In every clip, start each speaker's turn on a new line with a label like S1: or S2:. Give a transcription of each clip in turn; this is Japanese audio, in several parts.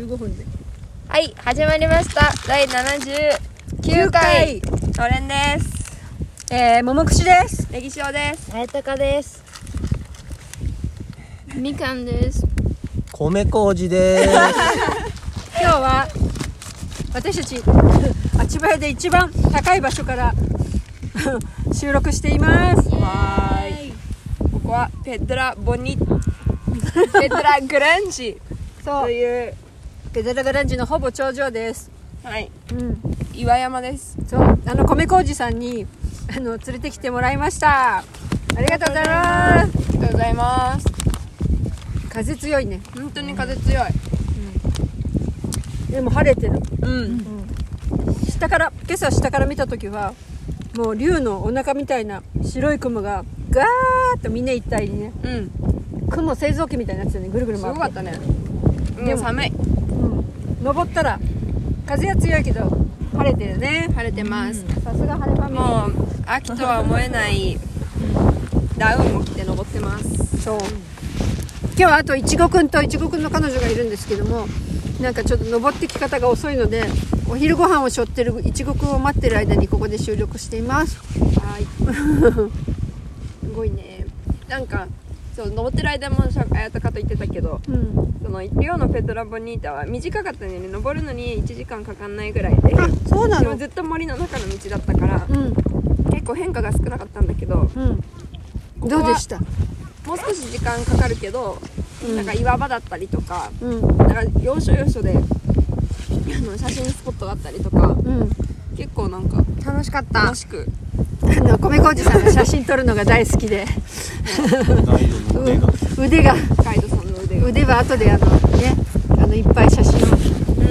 S1: 15分で
S2: はい、始まりました。第79回、のれんです。
S1: えー、桃串です
S2: 歴史おです。
S1: あやたかです
S3: みかんです。
S4: 米麹で
S1: 今日は私たち あちばやで一番高い場所から 収録しています
S2: はーい。ここはペドラ・ボニ ペドラ・グランジ
S1: そ
S2: と
S1: う
S2: いう、
S1: ペデラガランジのほぼ頂上です
S2: はい、
S1: うん
S2: 岩山です。
S1: そうあの米麹さんに あの連れてきてもらいましたありがとうございます
S2: ありがとうございます。
S1: 風強いね
S2: 本当に風強い。
S1: でも晴れてる
S2: うん。
S1: 下から今朝下から見た時はもう竜のお腹みたいな白い雲がガーッと峰一帯にね
S2: うん。
S1: 雲製造機みたいなやつよねぐるぐる
S2: す
S1: 回
S2: ご
S1: って
S2: かったね。で
S1: で
S2: も
S1: も
S2: 寒い。
S1: うん、登ったら風は強いけど晴れてるね
S2: 晴れてます。
S1: さすが晴れファミリ
S2: もう、秋とは思えない、ダウンを着て登ってます。
S1: ーそう今日はあといちごくんといちごくんの彼女がいるんですけどもなんかちょっと登ってき方が遅いのでお昼ご飯を背負ってるいちごくんを待ってる間にここで収録しています
S2: はい。
S1: すごいね
S2: なんか、そう、登ってる間も、あやたかと言ってたけど、
S1: うん
S2: その寮のペトラボニータは短かったのよね登るのに1時間かかんないぐらいで
S1: あそうな
S2: でも
S1: の
S2: ずっと森の中の道だったから
S1: うん
S2: 結構変化が少なかったんだけど
S1: うん
S2: こは
S1: どうでした
S2: もう少し時間かかるけど、
S1: うん
S2: なんか岩場だったりとか
S1: うん
S2: なんか要所要所であの写真スポットだったりとか
S1: うん
S2: 結構なんか
S3: 楽しかった。
S2: 楽しく
S1: あの米麹さんが写真撮るのが大好きで 腕が
S2: ガイドさんの腕が
S1: 腕は後であのねあのいっぱい写真を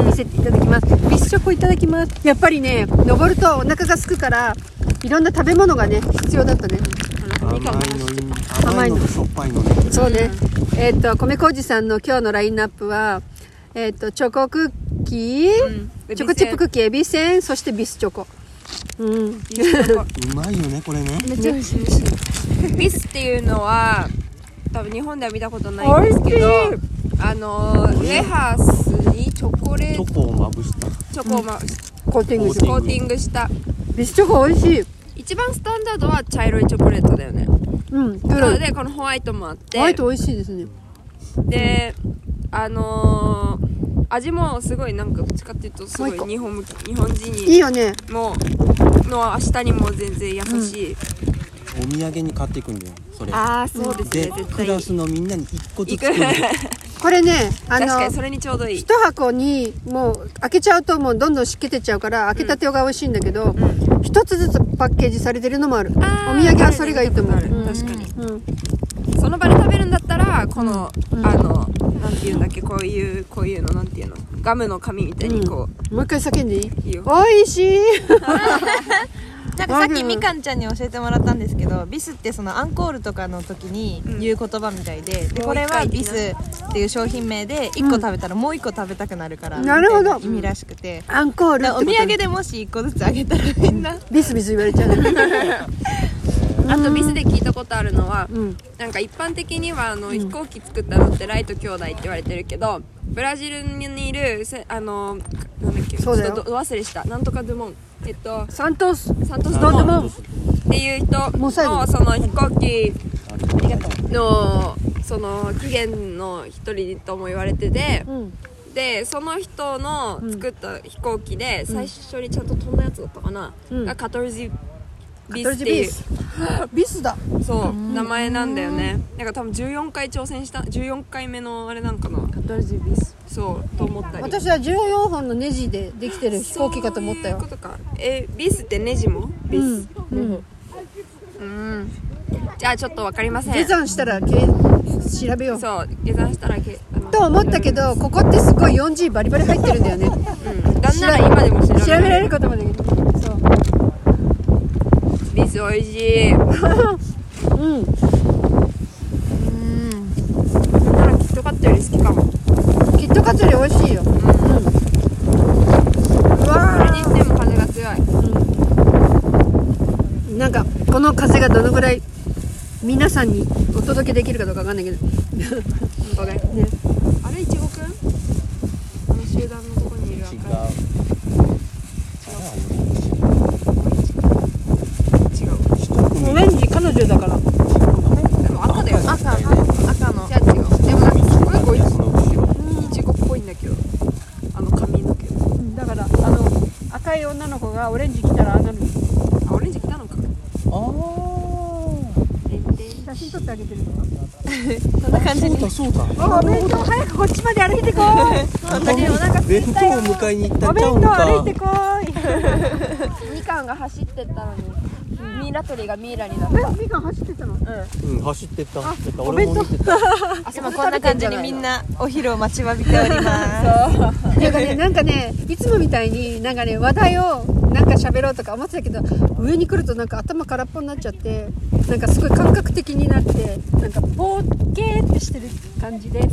S1: 見せていただきます密食いただきますやっぱりね登るとお腹が空くからいろんな食べ物がね必要だったね
S4: 甘いの
S1: 甘
S4: 甘
S1: い
S4: い
S1: の
S4: のとしょっぱいのね
S1: そうねえっ、と米麹さんの今日のラインナップはえっ、とチョコクッキー、
S2: うん
S1: チョコチップクッキーエビせんそしてビスチョコうん
S2: ビスとか
S4: うまいよねこれね
S3: めっちゃ美味しい。美味しい
S2: ビスっていうのは多分日本では見たことないんですけど
S1: 美
S2: あのレハスにチョコレ
S4: チ
S2: ー
S4: ョコをまぶした
S2: トチョコをま
S1: コーティング
S2: コーティングした
S1: ビスチョコ美味しい
S2: 一番スタンダードは茶色いチョコレートだよね
S1: うん
S2: な
S1: 黒
S2: の
S1: い
S2: でこのホワイトもあって
S1: ホワイト美味しいですね
S2: であのー味もすごいなんかどっちかっていうとすごい
S1: もう一個
S2: 日本向き日本人
S1: いい
S2: に
S1: よね
S2: もの明日にも全然優しい、
S4: お土産に買っていくんだよそれ
S2: ああそうですね
S4: で
S2: 絶
S4: ク
S2: 対いい
S4: ラスのみんなに一個ず
S2: い
S4: つ
S2: く
S4: 作るの
S1: これねあ
S2: 確か
S1: の
S2: にそれにちょうどいい
S1: 一箱にもう開けちゃうともうどんどん湿気てっちゃうから開けたてが美味しいんだけど一、つずつパッケージされてるのもあるお土
S2: あー
S1: 産はそれがいいと思う、
S2: あるね
S1: うん
S2: 確かに
S1: うん、
S2: その場で食べるんだったらこの、
S1: うん
S2: あのなんていうんだっけこういうこういうのなんていうのガムの紙みたいにこ、
S1: もう一回叫んでいいう
S2: いいよ
S1: 美味しい
S5: なんかさっきみかんちゃんに教えてもらったんですけどビスってそのアンコールとかの時に言う言葉みたいで,、でこれはビスっていう商品名で1個食べたらもう1個食べたくなるからみたいな意味らしくて、
S1: アンコールっ
S5: だ
S1: て
S5: から
S1: こ
S5: お
S1: と
S5: 土産でもし1個ずつあげたらみんな
S1: ビスビス言われちゃうね
S2: あとビスで聞いたことあるのは、
S1: うん
S2: なんか一般的にはあの飛行機作ったのってライト兄弟って言われてるけどブラジルにいるせあのなんだっけ
S1: そうだよ
S2: ちょっとど忘れしたなんとかドゥモンえっと
S1: サントス
S2: サントス
S1: どうで
S2: ドモン
S1: も
S2: っていう人
S1: もう最後
S2: のその飛行機のその起源の一人とも言われてて
S1: うん
S2: でその人の作った飛行機で最初にちゃんと飛んだやつだったかな、
S1: うん
S2: がカトルジビ
S1: カト
S2: ス
S1: ル
S2: って
S1: ジビ
S2: いう
S1: ス ビスだ
S2: そう名前なんだよねなんか多分14回挑戦した14回目のあれなんかな
S1: カトルジビス
S2: そうと思ったり
S1: 私は14本のネジでできてる飛行機かと思ったよ
S2: そういうことかえビスってネジもビス
S1: うん、
S2: うんじゃあちょっと分かりませ
S1: 下
S2: ん
S1: 山したらけ調べよう
S2: そう下山したらけあの
S1: と思ったけどここってすごい 4G バリバリ入ってるんだよね
S2: うんなんなら今でも調べ
S1: 調べられる
S2: か
S1: こともできるそう
S2: ビス美味 しい
S1: うん
S2: なんかキットカットより好きかもそ
S1: キットカツより美味しいよ、うん、う
S2: れ
S1: わ
S2: にしても風が強い
S1: ーなんかこの風がどのぐらい皆さんにお届けできるかどうかわかんないけど
S2: 本当ね
S1: ね
S2: あれいちごくんあの白集団のとこにいる赤い
S4: 違
S2: う違う
S1: オレンジ彼女だから
S2: でも赤だよね
S5: 赤
S4: 赤
S5: 赤の
S2: じゃあ違うでもなんかすごいこう
S4: その後ろ
S2: いちごっぽいんだけどあの髪の毛
S1: うんだからあの赤い女の子がオレンジ着たらああなる
S2: あオレンジ来たのか
S4: あ
S1: 写真撮ってあげてるとか
S5: こんな感じに
S4: あそうだそうだ
S1: あお弁当早くこっちまで歩いてこい
S4: 本当にお腹空いたよ弁当を迎えに行った
S1: お
S4: んちゃ
S1: 弁
S4: うん
S1: 当
S4: か
S1: 歩いてこい
S2: みかんが走ってったのにミイラ取りがミイラになっ
S1: えみかん走ってたの
S4: うん走ってった走ってった
S1: お
S4: 俺
S1: 弁
S4: も
S1: 当
S4: 見てた
S2: た
S5: 今こんな感じにみんなお昼を待ちわびております
S1: っていうかねなんかねいつもみたいになんかね話題をなんか喋ろうとか思ってたけど上に来るとなんか頭空っぽになっちゃってなんかすごい感覚的になってなんかぼーけーってしてる感じ です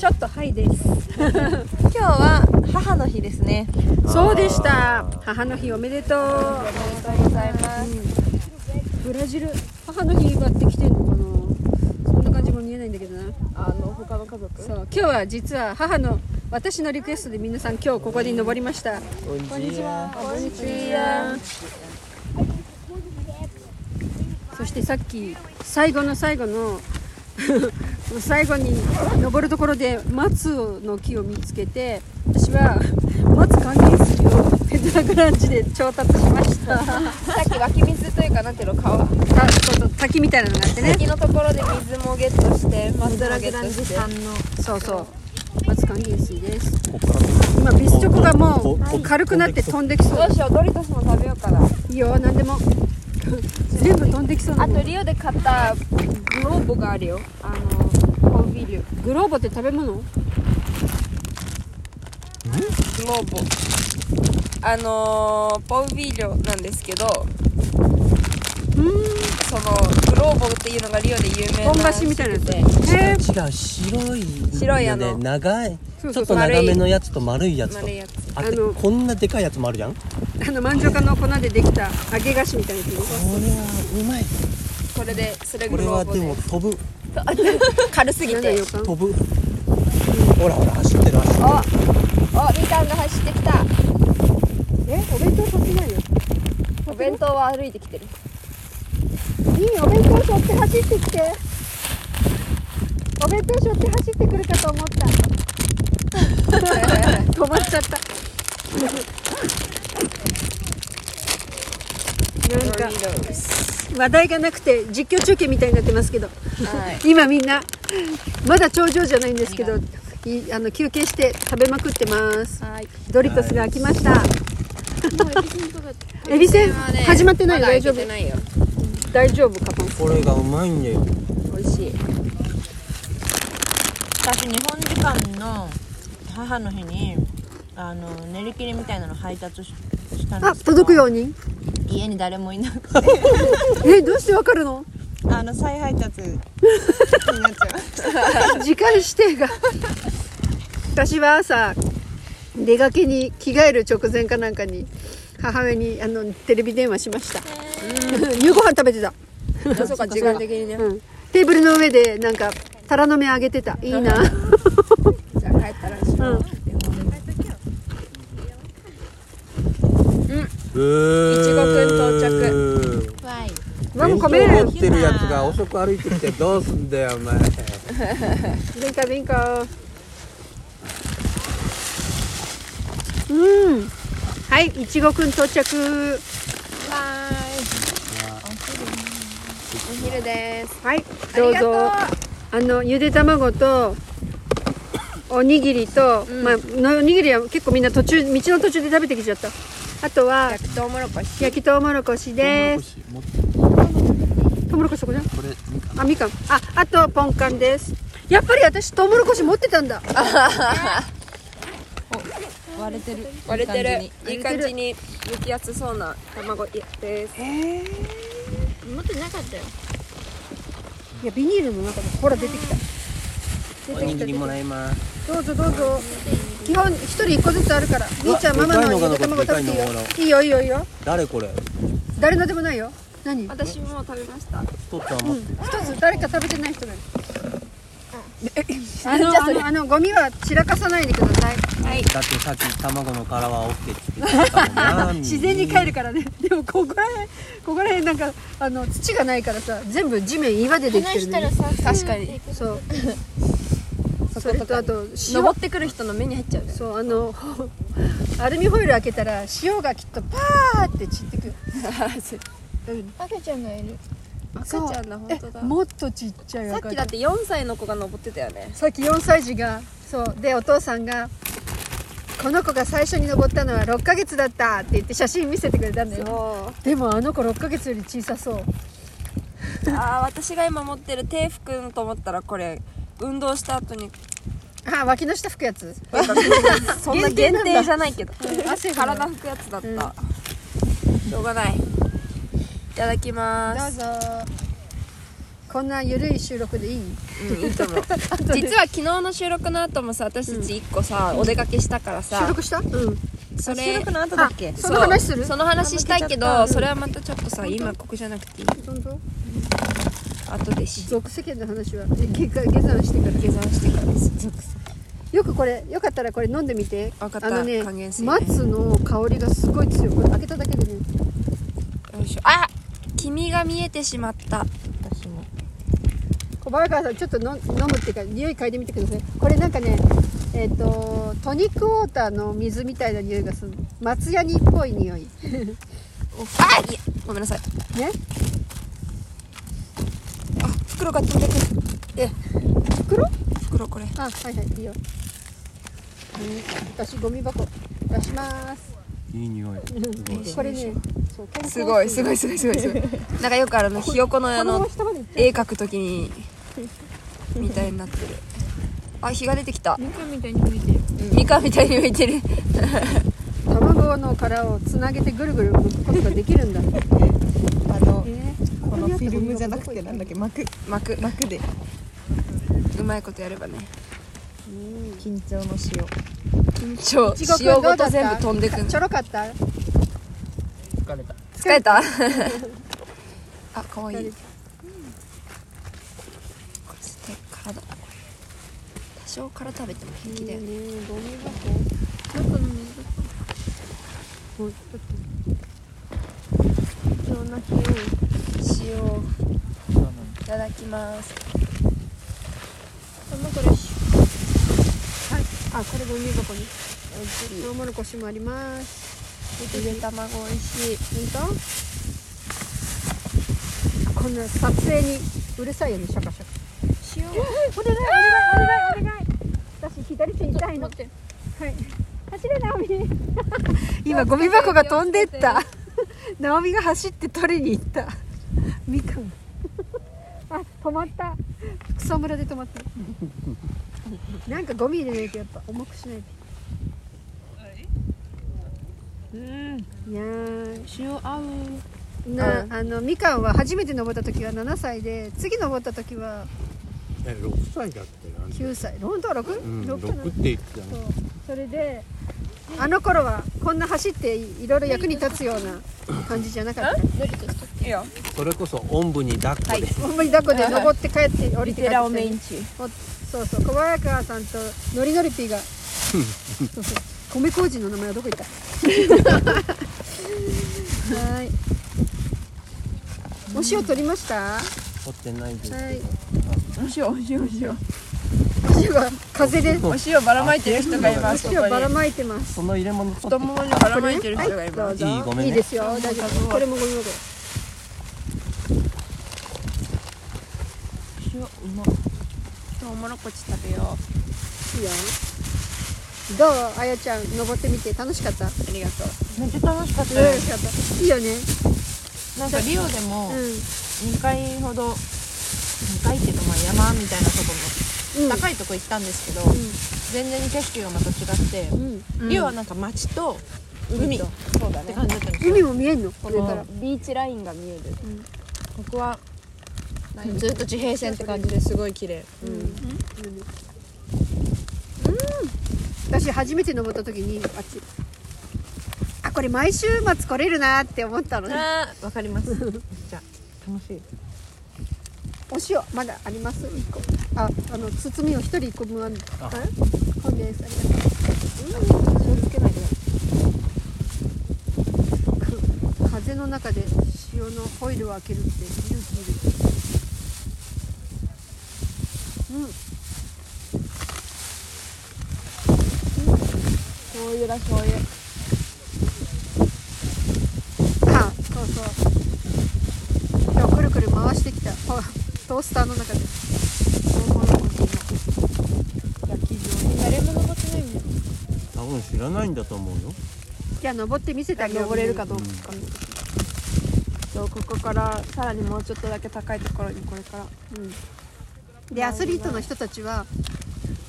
S1: ちょっとはいです
S5: 今日は母の日ですね
S1: そうでした母の日おめでとうありがとうございます、ブラジル母の日祝って来てんのかなそんな感じも見えないんだけどな
S2: あの他の家族
S1: そう今日は実は母の私のリクエストで皆さん今日ここに登りました
S4: こんにちは
S1: こんにちは。そしてさっき最後の最後の 最後に登るところで松の木を見つけて私は松還元水をペトラグランジで調達しましたあ
S2: さっき湧き水というかなんていうの川
S1: そう滝みたいなのがあってね
S2: 滝のところで水もゲットして松もゲットして
S1: そうそう松還元水です
S4: ここから
S1: 今ビスチョコがも
S4: ここ
S1: う軽くなって飛んできそ
S2: ど
S1: う
S2: うしようドリトスも食べようかない
S1: いよ何でも 全部飛んできそうな
S2: あ
S1: もん
S2: とリオで買ったグローボがあるよあのコンビニ
S1: グローボって食べ物
S2: グローボあのーポウビーリョなんですけどそのグローボっていうのがリオで有名な
S1: ポン菓子みたいなやつ
S2: で
S1: へえ
S4: 違う白い
S2: 白いあ
S4: よ
S2: の
S4: ね長いち
S1: そ
S4: ょ
S1: う
S4: っ
S1: そう
S4: と長めのやつと丸いやつと
S2: 丸いやつ
S4: あっ
S1: あ
S4: て
S1: の
S4: こんなでかいやつもあるじゃんこ
S1: あの満場化の粉でできた揚げ菓子みたいなや
S4: れ
S1: つ
S4: はうまい
S2: これでそれ
S4: こ
S2: グ
S4: れ
S2: ロ
S4: は
S2: ーボ
S4: でも
S2: で
S4: 飛ぶ
S2: 軽すぎ
S1: なんだ
S2: て
S1: よかん
S4: 飛ぶほらほら走ってる走ってる
S2: あおみかんが走ってきた
S1: えお弁当取ってないよ
S2: お弁当は歩いてきてる
S1: いいお弁当取って走ってきてお弁当取って走ってくるかと思った止まっちゃったなんか話題がなくて実況中継みたいになってますけど
S2: はい
S1: 今みんなまだ頂上じゃないんですけどいあの休憩して食べまくってます
S2: はい
S1: ドリトスが開きましたエ
S3: エ
S1: ビ
S3: ビ
S1: せん
S3: せんはね
S1: 始まってない
S2: ま
S1: の
S2: だ
S1: 大
S2: 開
S1: 丈
S2: け
S1: 夫
S2: てないよ
S1: 大丈夫カパン
S4: これがうまいんだよ
S2: 美味しい
S5: 私日本時間の母の日にあの練り切りみたいなの配達ししたんです
S1: あ届くように
S5: 家に誰もいなくて
S1: えどうしてわかるの
S5: あの再配達になっちゃう
S1: 時間指定が私は朝出かけに着替える直前かなんかに母親にあのテレビ電話しました夕ご飯食べてた
S2: そうか時間的にね
S1: うんテーブルの上でなんかタラの芽あげてたいいな
S2: じゃあ帰ったらし
S1: うん
S4: うー
S2: いちごくん到着
S1: マムごめ
S4: 弁当
S1: ん
S4: 持ってるやつが遅く歩いてきてどうすんだよお前
S1: ビンカビンカうんはいいちごくん到着
S2: お昼です
S1: はいどうぞあのゆで卵とおにぎりと、まあのおにぎりは結構みんな途中道の途中で食べてきちゃったあとは
S2: 焼きとうもろこし
S1: 焼きとうもろこしですトウモロコシそこじゃん
S4: これ
S1: あみかんああとポンカンですやっぱり私トウモロコシ持ってたんだ
S5: 割れてる
S2: 割れて
S5: いい感
S2: る
S5: じに
S2: いい感じに抜きやすそうな卵です
S3: 持ってなかったよ
S1: いやビニールの中でほら出てきた
S4: おにぎりもらいます
S1: どうぞどうぞ基本一人一個ずつあるからみーちゃんママのゆで卵食べていいよいいよいいよいいよ
S4: 誰これ
S1: 誰のでもないよ何一
S2: 私も食べました
S4: 太ったの持って
S1: つ誰か食べてない人だよあのあのあのゴミは散らかさないでください
S2: はい
S4: だってさっき卵の殻は OK って言ってたもんな
S1: 自然に帰るからねでもここら辺ここら辺なんかあの土がないからさ全部地面岩でできて
S3: 話
S1: る
S3: した
S1: の
S3: ら
S1: ね
S3: さ
S2: 確かに
S1: そう
S2: そ
S1: そ
S2: こ
S1: れ
S2: と
S1: と
S2: か
S1: あと塩
S2: 登ってくる人の目に入っちゃうね
S1: そうあの アルミホイル開けたら塩がきっとパーって散ってく る、うん、
S3: 赤ちゃんがいる
S2: 赤ちゃんだ本当だ
S1: えもっとちっちゃい
S2: さっきだって4歳の子が登ってたよね
S1: さっき4歳児がそうでお父さんが「この子が最初に登ったのは6ヶ月だった」って言って写真見せてくれたんだよ
S2: そう
S1: でもあの子6ヶ月より小さそう
S2: あー私が今持ってる手拭くんと思ったらこれ運動した後に
S1: あ脇の下拭くやつ
S2: そんな限定じゃないけど
S1: 汗拭くの
S2: 体拭くやつだった、しょうがないいただきま
S1: どう
S2: す
S1: ぞこんなゆるい収録でいい
S2: うんいいと思う実は昨日の収録の後もさ私たち1個さ、お出かけしたから
S1: 収
S2: さ
S1: 録したうん
S2: それ
S5: 収録の後だっけ
S1: その話する
S2: その話したいけ
S5: あ
S2: どそれはまたちょっとさ今ここじゃなくていい
S1: 本当
S2: 後でし
S1: 俗世間の話はえ下下下山してから
S2: 下山してからです
S1: よくこれよかったらこれ飲んでみて
S2: わかった
S1: あのね
S2: 還元水ね
S1: 松の香りがすごい強いこれ開けただけでね
S2: よいしょあ君が見えてしまった
S5: 私も
S1: 小早川さんちょっとの飲むっていうか匂い嗅いでみてくださいこれなんかねえっ、とトニックウォーターの水みたいな匂いがする松ヤニっぽい匂い
S2: おあいやごめんなさい
S1: ね
S2: あ袋が飛んでくるえ
S1: 袋
S2: 袋これ
S1: あはいはいいいよ、うん私ゴミ箱出します
S4: いい匂い
S1: うんこれねそう健康
S2: すごいすごいすごいすごいすごいなんかよくあるのひよこのあ
S1: このま
S2: の
S1: ま下まで行っちゃう
S2: 絵描くときにみたいになってるあ日が出てきた
S3: ミカみたいに見てる
S2: みかんみたいに浮いてる
S1: 卵の殻をつなげてぐるぐる巻くことができるんだ、ね、
S5: あの
S1: こ
S5: このフィルムじゃなくてなんだっけ膜
S2: 巻く
S5: 膜で
S2: うまいことやればね
S5: 緊張の塩
S2: 緊張
S1: いちごくん
S2: 塩
S1: どう
S2: ご
S1: だ
S2: と
S1: った
S2: 全部飛んでくん
S1: ちょろかった
S4: 疲れた
S2: 疲れた あ可愛い
S1: うん
S2: これ絶対体多少から食べても平気だよね
S1: ねゴミ箱中の水もうちょっと貴重な日を
S2: 塩いただきます
S1: 卵レッシュはいあこれゴミ箱にトウモロコシもあります
S2: ゆで卵美味しい
S1: 本当こんな撮影にうるさいよねシャカシャカ
S3: 塩
S1: お願いお願いお願いお願い私左手痛いの
S3: 待って
S1: はい。走れ、ナオミ。今、ゴミ箱が飛んでった。ナオミが走って取りに行った。みかん。あ、止まった。クソ村で止まった。なんかゴミ入れないと、やっぱ重くしないと。うん、いやー
S2: 塩合う
S1: な、
S2: う
S1: あのみかんは初めて登った時は7歳で次登った時は
S4: え6歳だってなんて
S1: 9歳本当は 6?、
S4: うん
S1: 6かな
S4: 6って言ってた
S1: そう
S4: ね
S1: それであの頃はこんな走っていろいろ役に立つような感じじゃなかった
S2: いいよ
S4: それこそおんぶに抱っこで
S1: ほんまに抱っこで登って帰って降りて帰ってきたり
S2: 中
S1: おそうそう小早川さんとノリノリピー がそうそう米麹の名前はどこ行ったはーいお塩取りましたは
S4: 取ってないです
S1: い
S2: お塩お塩お塩
S1: お塩が風で
S2: お塩ばらまいてる人がいます
S1: お
S2: こ
S1: 塩
S2: こ
S1: ばら
S2: に
S1: まいてます
S4: その入れ物取
S2: 太
S4: って
S2: ももにばらまいてる
S1: はい
S2: 人がい
S1: ど
S2: ま
S1: う
S2: す
S1: ぞ
S4: いいごめんね
S1: いいですよ大丈夫これもごめんごめん
S5: 塩うま
S2: トウモロコチ食べよう
S1: いいよどうあやちゃん登ってみて楽しかった
S2: ありがとう
S5: めっちゃ楽しかった
S1: 楽
S5: で
S1: し
S5: す
S1: かったいいよね
S5: なんかリオでも
S1: う
S5: 2回ほど2回っていうかまあ山みたいなとこ
S1: んうん
S5: ろの高いとこ行ったんですけど、全然景色がまた違って、
S1: うん
S5: リオはなんか街と海そうだねって感じだったんですよ
S1: 海も見えんの
S5: こ
S1: 上から
S5: の
S2: ビーチラインが見える
S5: ここはずっと地平線って感じですごい綺麗
S1: 私初めて登った時にあっちあこれ毎週末来れるなって思ったのね
S5: あーわかります めっちゃ楽しい
S1: お塩まだあります一個ああの包みを一人一個分ある
S4: あ
S1: あ本ですありがとう中で塩のホイルを開けるって勇気いるうん
S3: 醤油だ醤油
S1: あそうそう今日くるくる回してきたほらトースターの中でトウモロコシの焼き状に
S3: 誰も登ってないんだよ
S4: 多分知らないんだと思うよ
S1: じゃあ登って見せてあげよう
S3: 登れるかどうかか、そうここからさらにもうちょっとだけ高いところにこれから
S1: うんでアスリートの人たちは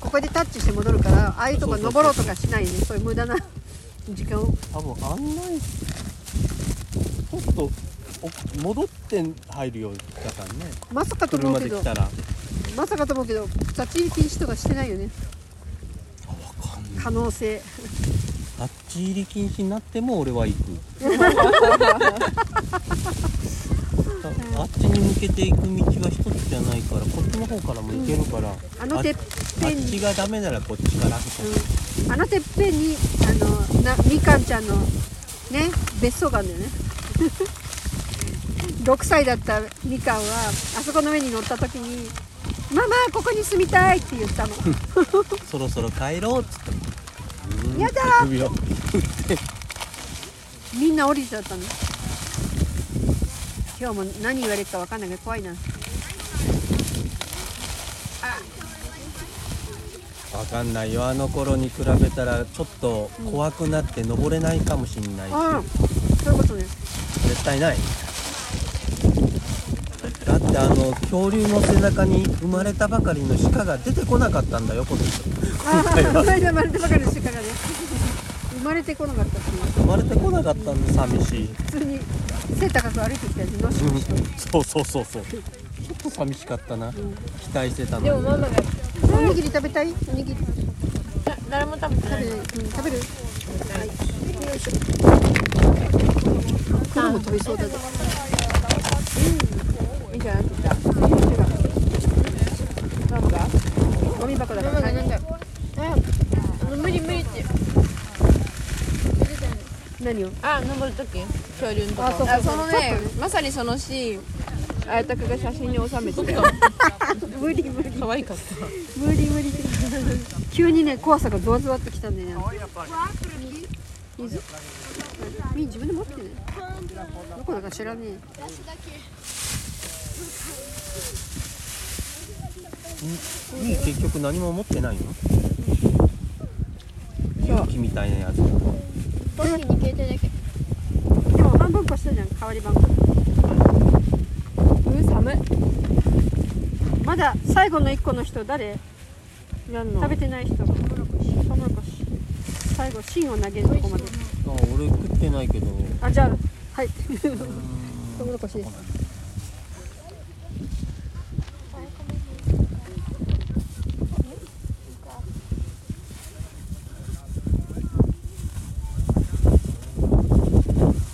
S1: ここでタッチして戻るからああいうとこ登ろうとかしないでそういう無駄な 時間を
S4: 多分案内ちょっとお戻って入るようだからね
S1: まさかと思う
S4: 車
S1: け
S4: で
S1: ど
S4: 来たら
S1: まさかと思うけど立ち入り禁止とかしてないよね
S4: 分かんない
S1: 可能性
S4: 立ち入り禁止になっても俺 は行くああっちに向けて行く道は一つじゃないからこっちの方からも行けるから、
S1: あのてっ
S4: あ
S1: ぺ
S4: っ
S1: んに
S4: ちがダメならこっちから
S1: うんあのてっぺんにあのなみかんちゃんのね別荘があるんだよね 6歳だったみかんはあそこの上に乗った時に「ママここに住みたい」って言ったの
S4: そろそろ帰ろうっつってうん
S1: やだー
S4: 首を
S1: みんな降りちゃったの今日も何言われるか分かんないけど怖いな
S4: わかんないよあの頃に比べたらちょっと怖くなって登れないかもしんないし、
S1: ああそういうことね
S4: 絶対ないだってあの恐竜の背中に生まれたばかりの鹿が出てこなかったんだよ今年
S1: ああこの間生まれたばかりの鹿がね生まれてこなかったっていう
S4: 生まれてこなかったんで寂しい、
S1: 普通に背高く歩いてきたやつのしのしと
S4: そうそうそうそうちょっと寂しかったな、期待してたのに
S3: ママが
S1: おにぎり食べたいおにぎり食
S3: 誰も多分
S1: べない、うん、食べるはいよいしょ黒も飛びそうだぞ
S3: いいじゃない
S1: ゴミ箱だから何
S3: うん無理無理って
S1: 何を
S3: あ登るとき恐竜のとこ
S1: あそう
S2: あ
S1: そう
S2: そのね
S1: ちょっ
S2: まさにそのシーン綾鷹が写真に収めてた
S1: とね無理無理
S5: 可愛かった
S1: 無理無理急にね怖さがゾワゾワってきたんでね水みん自分で持ってねどこだか知らねえ
S4: いい結局何も持ってないの勇気みたいなやつ
S3: トッキーに携帯だけ
S1: でも半分こしたじゃん代わり番号
S2: うん寒い
S1: まだ最後の一個の人誰
S2: 何
S1: 食べてない人トウモロコシトウモロコシ最後芯を投げるとこまで
S4: あ俺食ってないけど
S1: あじゃあ はいトウモロコシです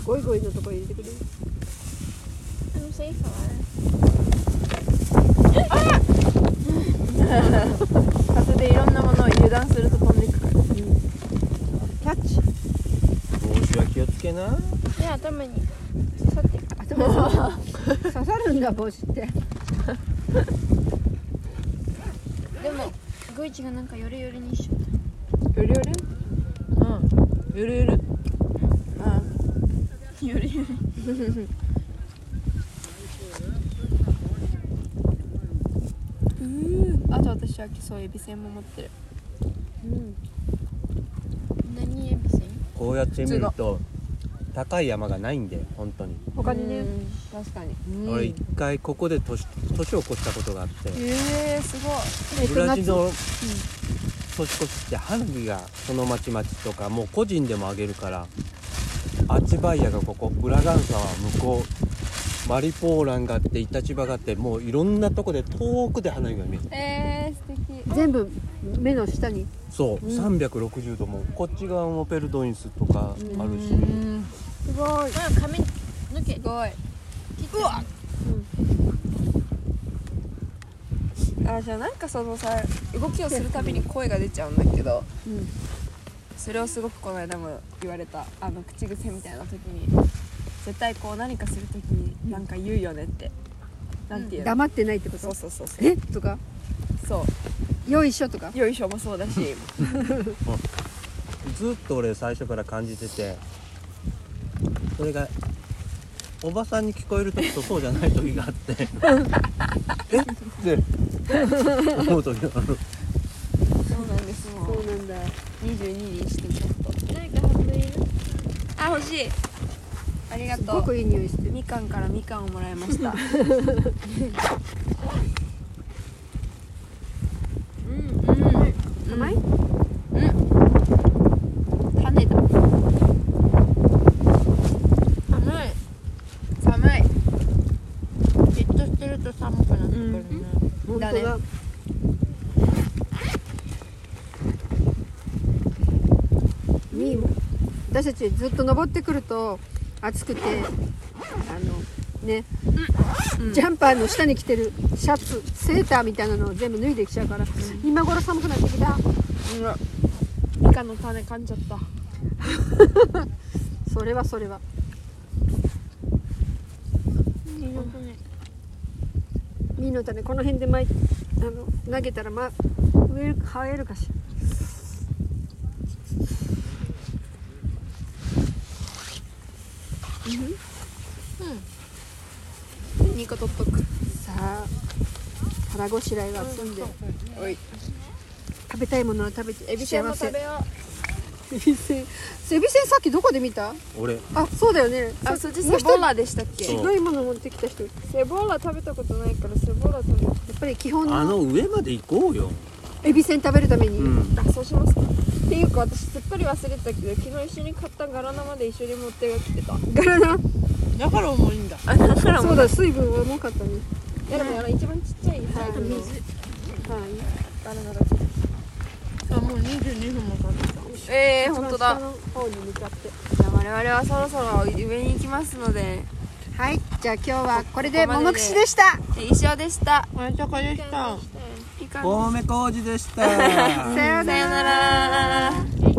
S1: ゴイゴイのとこ入れてくれる
S2: 風でいろんなものを油断すると飛んでくる
S1: キャッチ
S4: 帽子は気をつけない
S3: や頭に刺さってる
S1: 頭に刺さる刺さるんだ帽子って
S3: でもグイチがなんかヨレヨレにしちゃっ
S2: ゆるゆるうんゆるゆる
S3: たヨレヨレ
S2: うんあと私はそうエビせんも持ってる
S3: 何エビせん
S4: こうやって見ると高い山がないんで本当に、
S1: 他にね
S2: 確かに
S4: 俺一回ここで年年を越したことがあって、
S2: えー、すごい
S1: えっ
S4: ブ
S1: と
S4: ラジル
S1: 夏
S4: の年越しって花火がその町々とかもう個人でもあげるからアチバイアがここブラガンサは向こうマリポーランがあってイタチバがあってもういろんなとこで遠くで花火が見える
S2: えー、素敵
S1: 全部目の下に
S4: そう、360度もこっち側もペルドインスとかあるし、
S1: すごい
S3: ママ髪抜け
S2: すごい
S3: 切わ
S2: あじゃあなんかそのさ動きをするたびに声が出ちゃうんだけど、
S1: うん
S2: それをすごくこの間も言われたあの口癖みたいな時に
S3: 絶対こう何かするときになんか言うよねって、なんていうの、
S1: 黙ってないってこ
S3: そう
S1: と
S3: そうそうそう
S1: えとか
S3: そ
S1: よいしょとか
S3: うよいしょもそうだし
S4: ずっと俺最初から感じててそれがおばさんに聞こえる時とそうじゃない時があって えって思う時がある
S3: そうなんですも
S1: そううなんだ
S3: 22にしてちょっと
S2: あ欲しい
S3: ありが
S1: す
S3: と
S1: ご
S3: う
S1: くいい匂いしてる
S3: みかんからみかんをもらいました
S1: 甘い
S2: 甘
S3: 種だ
S2: い
S3: 寒いじっとしてると寒くなってくるね、
S1: 本当だ
S3: だ
S1: み私たちずっと登ってくると暑くてあのね、ジャンパーの下に着てるシャツセーターみたいなのを全部脱いできちゃうから、今頃寒くなってきた
S3: みかんの種噛んじゃった
S1: それはそれはミーの種この辺でまいあの投げたら、ま、植える生えるかしら
S3: 2個取っとく
S1: さあ腹ごしらえは済んで
S3: おい
S1: 食べたいものを食べて
S3: エビせんも食べよ
S1: エビせんエビせんさっきどこで見た
S4: 俺
S1: あそうだよね
S3: うあそっち
S1: も
S3: セ
S1: う一人
S3: ボラでしたっけ
S4: そう
S1: 白いもの持ってきた人や
S3: セボラ食べたことないからセボラ食べよ
S1: っぱり基本
S4: あ
S1: の
S4: の上まで行こうよ
S1: エビせん食べるために、
S4: うん
S3: うあそうしますかっていうか私すっかり忘れてたけど昨日一緒に買ったガラナまで一緒に持ってきてた
S1: ガラナ
S5: だから重いんだ
S3: あだから
S1: そ
S3: も
S1: う
S3: う
S1: だ水分は重かったね
S3: いやでもあの一番ちっちゃいサイズの
S1: はい
S3: ガラナだった
S5: あもう22分も経ってた
S2: えー、
S1: 一番
S2: 本当
S1: 下
S2: だ
S1: の方に向かって
S2: じゃあ我々はそろそろ上に行きますので
S1: はいじゃあ今日はこれで
S2: ここまでで
S1: 桃串でした
S2: え一緒でした
S5: あれ高でした
S2: いかが
S4: 青梅浩二でした
S1: さよう
S2: さ
S1: な
S2: よ
S1: ら
S2: なら